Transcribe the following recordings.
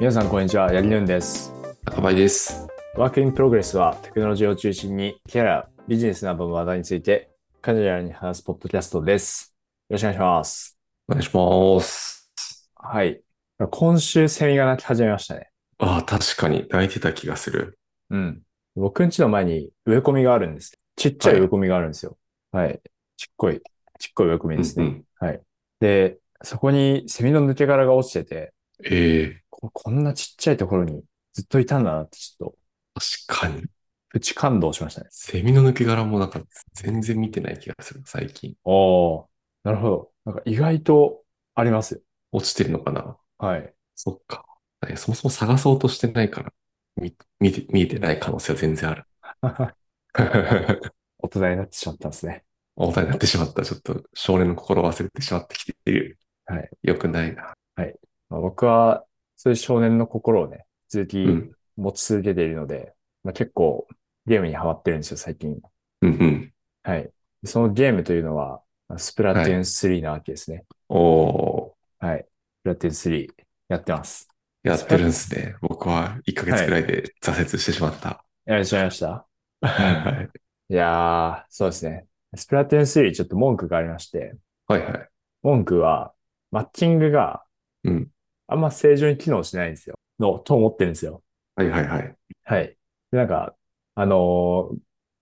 皆さん、こんにちは。やりるんです。赤バイです。ワークインプログレスは、テクノロジーを中心に、キャラ、ビジネスなどの話題について、カジュアルに話すポッドキャストです。よろしくお願いします。お願いします。はい。今週、セミが鳴き始めましたね。ああ、確かに泣いてた気がする。うん。僕ん家の前に植え込みがあるんです。ちっちゃい植え込みがあるんですよ。はい。ちっこい、ちっこい植え込みですね。うんうんで、そこにセミの抜け殻が落ちてて、ええこ、こんなちっちゃいところにずっといたんだなって、ちょっと、確かに。プチ感動しましたね。セミの抜け殻もなんか全然見てない気がする、最近。おー、なるほど。なんか意外とありますよ。落ちてるのかなはい。 そっか。えそもそも探そうとしてないから、み見て、見えてない可能性は全然ある。 大人になってしまったんですね。大人になってしまった。ちょっと少年の心を忘れてしまってきている。はい。よくないな。まあ、僕は、そういう少年の心をね、続うきん。持ち続けているので、まあ、結構ゲームにハマってるんですよ、最近。うんうん。はい。そのゲームというのは、スプラトゥーン3なわけですね。おはい。スプラトゥーン3やってます。ー、やってるんですね。僕は1ヶ月くらいで挫折してしまった。やられちゃいましたはいい。やー、そうですね。スプラトゥーン3ちょっと文句がありまして、はいはい。文句は、マッチングがうん。あんま正常に機能しないんですよ。の、と思ってるんですよ。はいはいはい。はい。で、なんか、あのー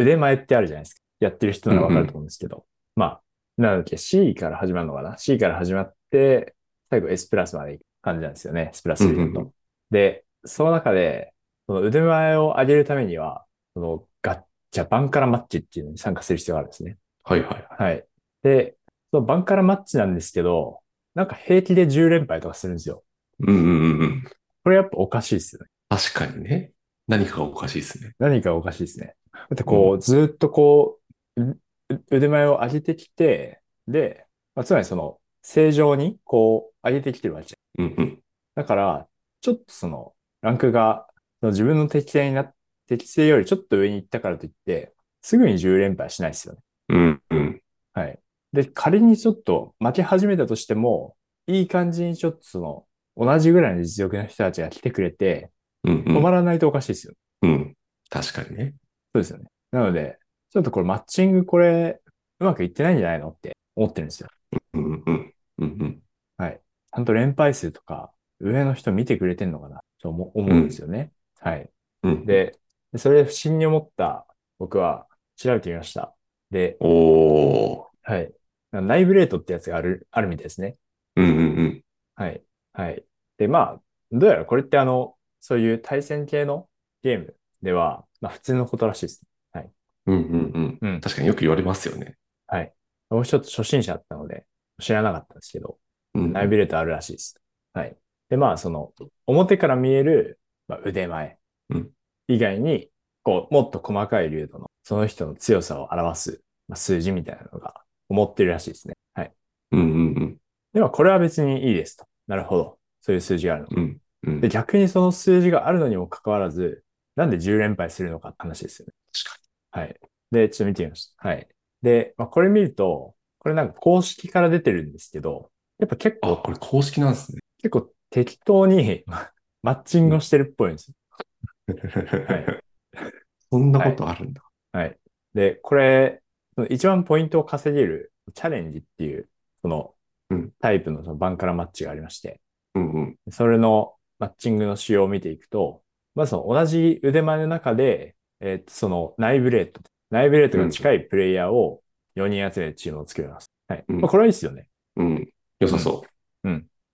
腕前ってあるじゃないですか。やってる人ならわかると思うんですけど。まあ、なんだっけ、C から始まるのかな ?C から始まって、最後 S プラスまで行く感じなんですよね。S プラスう3んうんだうと。で、その中で、その腕前を上げるためには、そのガッチャ、バンカラマッチっていうのに参加する必要があるんですね。はいはいははい。い。で、そのバンカラマッチなんですけど、なんか平気で10連敗とかするんですよ。うんうんうんうん。これやっぱおかしいですよね確かにね。何かがおかしいですね。何かおかしいですね。だってこう、ずっとこう、うう腕前を上げてきて、で、まあ、つまりその、正常にこう、上げてきてるわけじうんうゃん。ん。だから、ちょっとその、ランクが、その自分の適正にな、適正よりちょっと上に行ったからといって、すぐに10連敗しないですよね。うんうん。はい。で、仮にちょっと負け始めたとしても、いい感じにちょっとその、同じぐらいの実力の人たちが来てくれて、うんう止ん。まらないとおかしいですよねうん。確かにね。そうですよね。なので、ちょっとこれマッチングこれ、うまくいってないんじゃないのって思ってるんですよ。うんうんうん。うんちゃんと連敗数とか、上の人見てくれてんのかなと思思うんですよね。はい。うん。うん、で、でそれで不審に思った僕は調べてみました。で、おー。はい。ナイブレートってやつがある、あるみたいですね。うんうんうん。はい。はい。で、まあ、どうやらこれってあの、そういう対戦系のゲームでは、まあ普通のことらしいです。うんうんううんん。確かによく言われますよね。はい。僕ちょっと初心者だったので、知らなかったんですけど、うん。ナイビレートあるらしいです。はい。で、まあ、その、表から見える、まあ、腕前うん以外に、こう、もっと細かい流度の、その人の強さを表す、まあ、数字みたいなのが、思ってるらしいですね。はい。うんうんでは、これは別にいいですと。なるほど。そういう数字があるの。うん。うんうん。で、確か逆にその数字があるのにもかかわらず、なんで10連敗するのかって話ですよね。はい。で、ちょっと見てみました。はい。で、まあ、これ見ると、これなんか公式から出てるんですけど、やっぱ結構に。あ、これ公式なんですね。結構適当にマッチングをしてるっぽいんですよ。い そんなことあるんだ。はい。で、これ、その一番ポイントを稼げるチャレンジっていう、そのうんタイプのそのバンカラマッチがありまして、うんうん。それのマッチングの仕様を見ていくと、まずその同じ腕前の中で、えーそのナイブレート、ナイブレートが近いプレイヤーを4人集めてチームを作ります。はい。うんまあ、これはいいですよね。うん。良さそ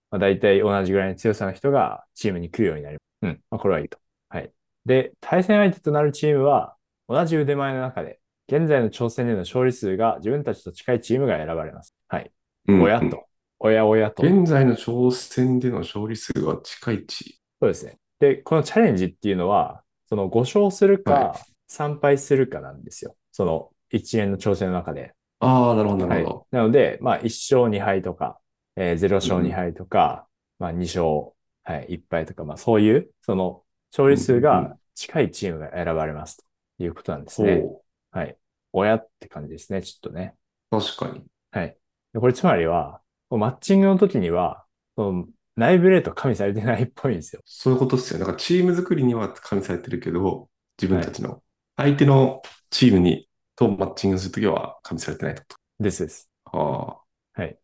まあ、大体同じぐらいの強さの人がチームに来るようになります。うん。まあ、これはいいと。はい。で、対戦相手となるチームは、同じ腕前の中で、現在の挑戦での勝利数が自分たちと近いチームが選ばれます。はい。う。うんおや。と。おやおやと。現在の挑戦での勝利数が近い地。そうですね。で、このチャレンジっていうのは、その5勝するはか、3敗するかなんですよ。その1年の挑戦の中で。ああ、なるほど、なはるいほど。。なので、まあ、1勝2敗とか、えー0勝2敗とか、まあ、2勝、はい、1敗とか、まあ、そういう、その、勝利数うんうんうが近いチームが選ばれますということなんですね。おはい。親って感じですね、ちょっとね。ー確かに。はい。でこれつまりは、こうマッチングの時には、その内部レート加味されてないっぽいんですよ。そういうことですよ。だからチーム作りには加味されてるけど、自分たちの相手のチームにとマッチングするときは加味されてないってこですです。と。はい。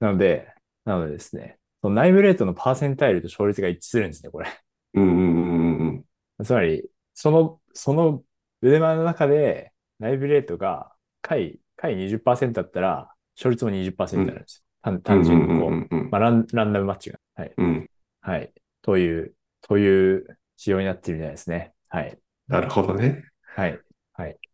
なので、なのでですね、その内部レートのパーセンタイルと勝率が一致するんですね、これ。 ああ。うんうんうんうんうん。つまり、その、その腕前の中で内部レートが回、回20%だったら、勝率も20%になるんですよ。単単純にこう、うんうんうんまあラン、ランダムマッチが。はい。うん。うんはい。という、という仕様になってるみたいですね。はい。なるほどね。はい。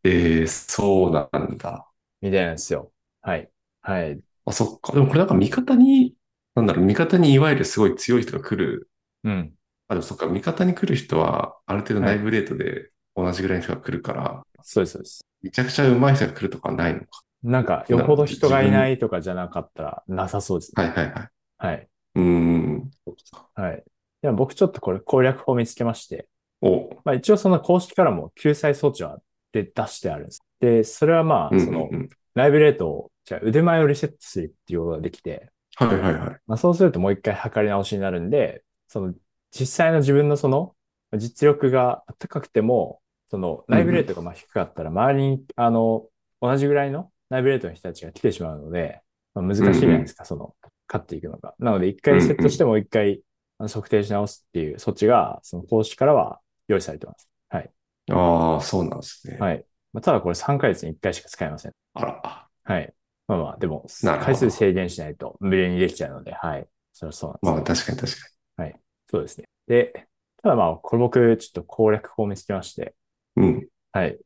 えー、そうなんだ。みたいなんですよ。はい。はい。あ、そっか。でもこれなんか味方に、なんだろう、味方にいわゆるすごい強い人が来る。うん。あ、でもそっか、味方に来る人は、ある程度内部レートで同じぐらいの人が来るから、そうです、そうです。めちゃくちゃ上手い人が来るとかはないのか。なんか、よほど人がいないとかじゃなかったら、なさそうですね。はいはいはい。はい。うーん。そっかはい。でも僕ちょっとこれ攻略法見つけまして、お、まあ一応その公式からも救済措置はで出してあるんです。で、それはまうあ、んうそんのうん。ライブレートを、じゃあ腕前をリセットするっていうことができて、はいはいはい。まあそうするともう一回測り直しになるんで、その実際の自分のその実力が高くても、その内部レートがまあ低かったら周りに、あの、同じぐらいの内部レートの人たちが来てしまうので、まあ、難しいじゃないですか、その、勝っていくのが。なので一回リセットしてもう一回あの測定し直すっていう措置が、その公式からは用意されてます。ああ、そうなんですね。はい。まあ、ただこれ3ヶ月に1回しか使えません。あら、はい。まあまあ、でも、なるほど回数制限しないと無限にできちゃうので、はい。それはそうなんですけどまあ確かに確かそうですね。で、ただまあ、これ僕、ちょっと攻略法を見つけまして、に。うん。はい、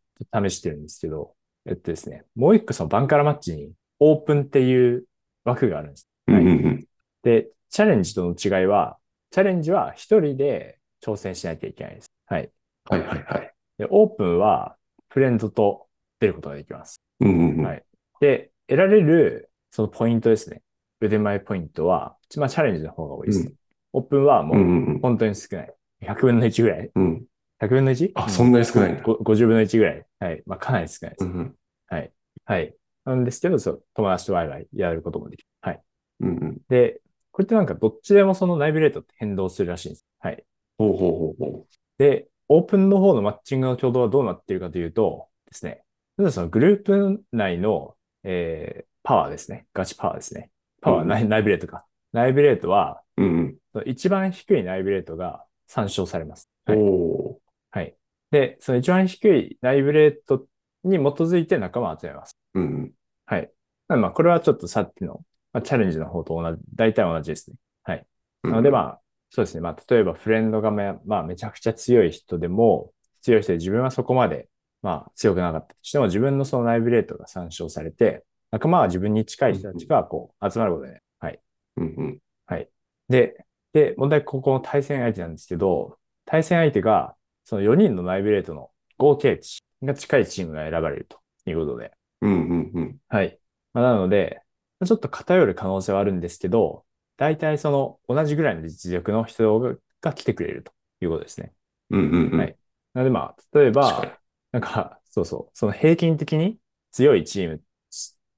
試してるんですけど、えっとですね、もう一個そのバンカラマッチにオープンっていう枠があるんです。うんはいうんうん。で、チャレンジとの違いは、チャレンジは一人で挑戦しなきゃいけないです。はい。はいはいはい。で、オープンはフレンドと出ることができます。うんうんうん。はいで、得られるそのポイントですね。腕前ポイントは、まあチャレンジの方が多いですね。オープンはうんもううんうん。本当に少ない。100分の1ぐらいうん。 100分の 1? あ、そんなに少ないんだ。ご50分の1ぐらい。はい。まあ、かなり少ないでうす。んうん。はい。なんですけど、そう、友達とワイワイやることもできる。はい。うんうん。で、これってなんかどっちでもその内部レートって変動するらしいんです。はい。ほうほうほうほで、オープンの方のマッチングの挙動はどうなっているかというとですね、まずそのグループ内の、えー、パワーですね。ガチパワーですね。パワー、うん内内部レートか。内部レートは、う。うんうん。その一番低い内部レートが参照されます。はいおー。はい。で、その一番低い内部レートに基づいて仲間を集めます。うんうん。はい。なのでまあ、これはちょっとさっきの、まあ、チャレンジの方と同じ、大体同じですね。うんなので、まあ、そうですね。まあ、例えばフレンドがめ、まあ、めちゃくちゃ強い人でも、強い人で自分はそこまで、まあ、強くなかったとしても、自分のその内部レートが参照されて、仲間は自分に近い人たちが、こう、集まることでね。はい。うんうん。で、で、問題、ここの対戦相手なんですけど、対戦相手が、その4人の内部レートの合計値が近いチームが選ばれるということで。うんうんうん。はい。まあなので、ちょっと偏る可能性はあるんですけど、大体その同じぐらいの実力の人がが来てくれるということですね。うんうんうん。はいなのでまあ、例え確かにば、。なんか、そうそう、その平均的に強いチーム、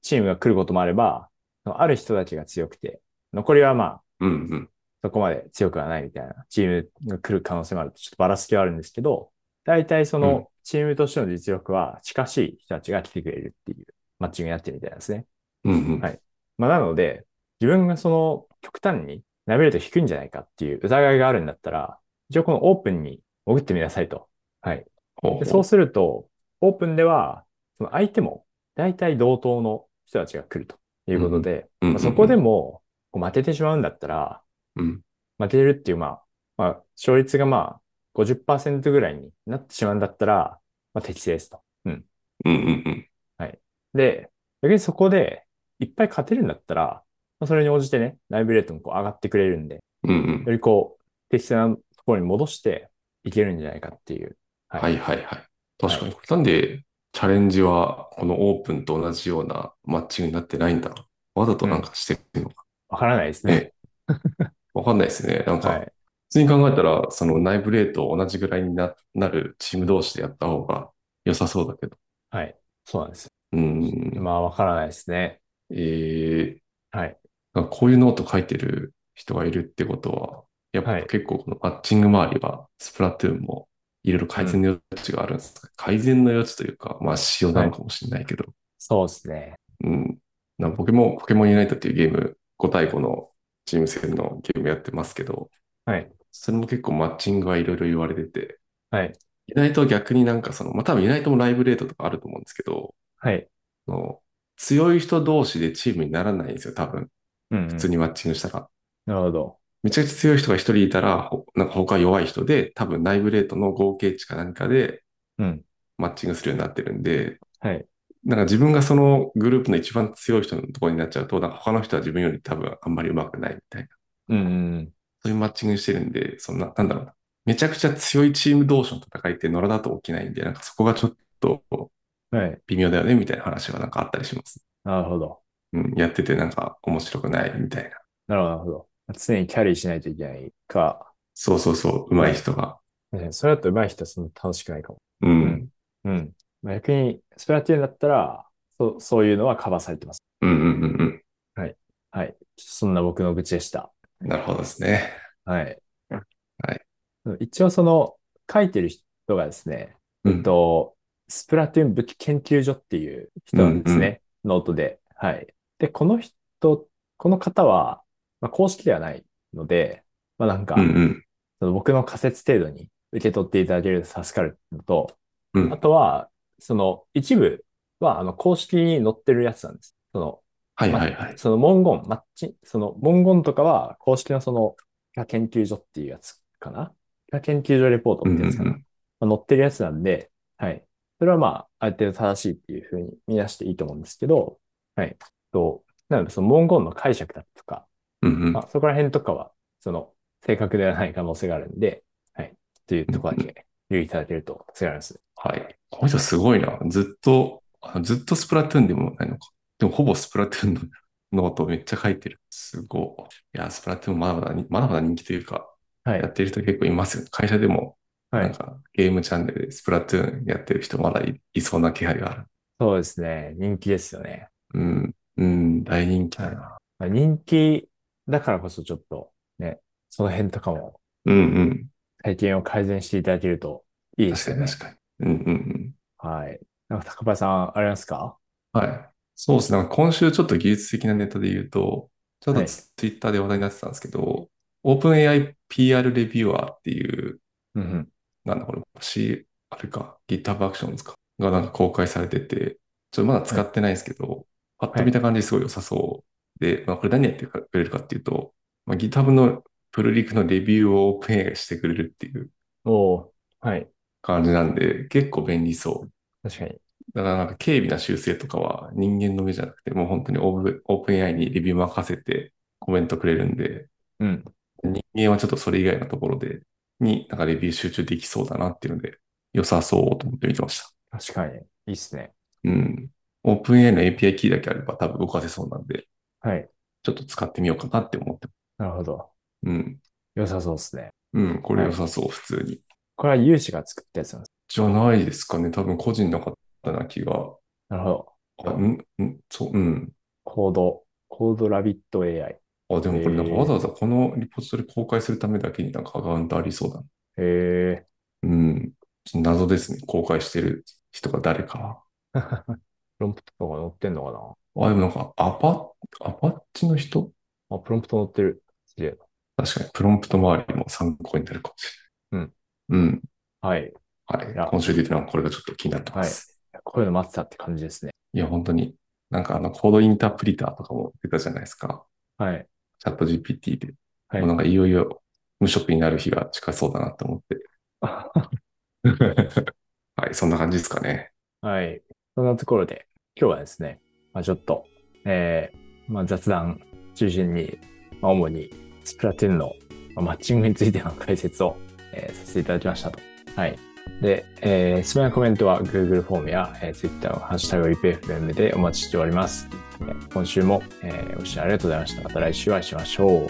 チームが来ることもあれば、そのある人だけが強くて、残りはまあ、うんうん。そこまで強くはないみたいなチームが来る可能性もあると、ちょっとばらつきはあるんですけど、大体そうんのチームとしての実力は近しい人たちが来てくれるっていうマッチングになってるみたいなんですね。うんうん。はいまあ、なので、自分がその極端にナビレート低いんじゃないかっていう疑いがあるんだったら、一応このオープンに潜ってみなさいと。はい。ほうほでうそうすると、オープンでは、その相手も大体同等の人たちが来るということで、うんうんまあ、そこでもこう負けてしまうんだったら、うん。負けるっていう、まあ、まあ、勝率がまあ、50%ぐらいになってしまうんだったら、まあ、適正ですと。うんうんうん。で、逆にそこで、いっぱい勝てるんだったら、まあ、それに応じてね、内部レートもこう上がってくれるんで、うんうん。よりこう、適正なところに戻していけるんじゃないかっていう。はいはいはいはい。確かに。なんで、チャレンジは、このオープンと同じようなマッチングになってないんだろう。わざとなんかしてるのか。わからないですね。わかんないですね。なんはか、い。普通に考えたら、その内部レート同じぐらいにな、なるチーム同士でやった方が良さそうだけど。はい。そうなんです。うーん。まあ、わからないですね。えー、はい。なんかこういうノート書いてる人がいるってことは、やっはぱい結構このマッチング周りは、スプラトゥーンもいろいろ改善の余地があるんですか、改善の余地というか、まあ仕様なのかもしれないけど、そうですね。うん。なポケモン、ポケモンユナイトっていうゲーム、5対5のチーム戦のゲームやってますけど、はい。それも結構マッチングはいろいろ言われてて、はい。ユナイトは逆になんかその、まあ多分ユナイトもライブレートとかあると思うんですけど、はい。その強い人同士でチームにならないんですよ、多分。うん、普通にマッチングしたら。なるほど。めちゃくちゃ強い人が一人いたら、ほなんか他弱い人で、多分内部レートの合計値か何かでうん。マッチングするようになってるんで、はい。なんか自分がそのグループの一番強い人のところになっちゃうと、なんか他の人は自分より多分あんまり上手くないみたいな。うんうんそういうマッチングしてるんで、そんな、なんだろうな。めちゃくちゃ強いチーム同士の戦いって野良だと起きないんで、なんかそこがちょっとうん。はい。微妙だよねみたいな話はなんかあったりします。なるほど。うん、やっててなんか面白くないみたいな。なるほど。なるほど。常にキャリーしないといけないか。そうそうそう、上手い人が。確かにそれだと上手い人はそんな楽しくないかも。うん、うん。まあ、逆に、スプラトゥーンだったら、そう、そういうのはカバーされてます。うん、うん、うん、うん。はい。ちょっとそんな僕の愚痴でした。なるほどですね。はい。は一応その、書いてる人がですね、うえっん、と、スプラトゥーン武器研究所っていう人なんですね。ノートで。はい。で、この人、この方は、まあ、公式ではないので、まあなんか、うん、うん、その僕の仮説程度に受け取っていただけると助かるのと、うんあとは、その一部は、あの、公式に載ってるやつなんです。その、はい、はい、はい。その文言、マッチ、その文言とかは、公式のその、が研究所っていうやつかなが研究所レポートうっん、てうやん、うつかな、ん。まあ載ってるやつなんで、はい。それはまあ、ある程度正しいっていうふうに見なしていいと思うんですけど、はい。と、なので、その文言の解釈だとか、うん、うんま。あ、そこら辺とかは、その、正確ではない可能性があるんで、はい。というところだけ留意いただけると助かります。はい。この人すごいな。ずっと、あずっとスプラトゥーンでもないのか。でもほぼスプラトゥーンのノートめっちゃ書いてる。すごい。いや、スプラトゥーンまだまだに、まだまだ人気というか、はやい。ってる人結構いますよ。会社でも、はなんい。かゲームチャンネルでスプラトゥーンやってる人まだいいそうな気配がある。そうですね。人気ですよね。うん、うん、大人気だな。まあ、人気だからこそちょっと、ね、その辺とかもうん、体験を改善していただけるといいうん。で確すかよね。に確かに。うん、うん、はい。なんか、高林さん、ありますかうん。はい。そうですね。なんか今週ちょっと技術的なネタで言うと、ちょっはといツイッターで話題になってたんですけど、OpenAI PR レビューアーっていう、うんうん。なんだこれ、C、あれか、GitHub Actions か、がなんか公開されてて、ちょっとまだ使ってないんですけど、パッと見た感じすごい良さそう。で、まあ、これ何やってくれるかっていうと、まあ、GitHub のプルリクのレビューを OpenAI がしてくれるっていうおーはい。感じなんで、結構便利そう。確かに。だからなんか軽微な修正とかは人間の目じゃなくて、もう本当にオープン AI にレビュー任せてコメントくれるんで、うん。人間はちょっとそれ以外のところで、になんかレビュー集中できそうだなっていうので、良さそうと思って見てました。確かに。いいっすね。うん。オープン AI の API キーだけあれば多分動かせそうなんで、はい。ちょっと使ってみようかなって思ってまなるほど。す。うん。良さそうですね。うん、これ良さそう、普通に。これは有志が作ったやつなんです。じゃないですかね。多分個人の方な気が。なるほど。あ、うん、うん、そう、うん。コード、コードラビット AI。あ、でもこれなんかへーわざわざこのリポジトリ公開するためだけになんかアカウントありそうだな。へえ。うん。ちょっと謎ですね。公開してる人が誰か。プロンプトとか載ってんのかあ、でもなんかアパ、アパッチの人なあ、プロンプト載ってる。すげえ確かにプロンプト周りも参考になるかもしれない。うん。うん。な。はい。いはやい。今週出てるのはこれがちょっと気になってます。こういうの待ってたって感じですね。いや、本当に。なんかあのコードインタープリターとかも出たじゃないですか。 はい。チャット GPT で。はいもうなんかいよいよ無職になる日が近そうだなと 思って。はい、そんな感じですかね。はい。そんなところで、今日はですね、まあ、ちょっと、えーまあ、雑談中心に、まあ、主にスプラトゥーンのまあマッチングについての解説を、えーさせていただきましたと。はい。で、えー質問やコメントは Google フォームや、えー Twitter のハッシュタグ UPFM でお待ちしております。えー今週も、えーご視聴ありがとうございました。また来週お会いしましょう。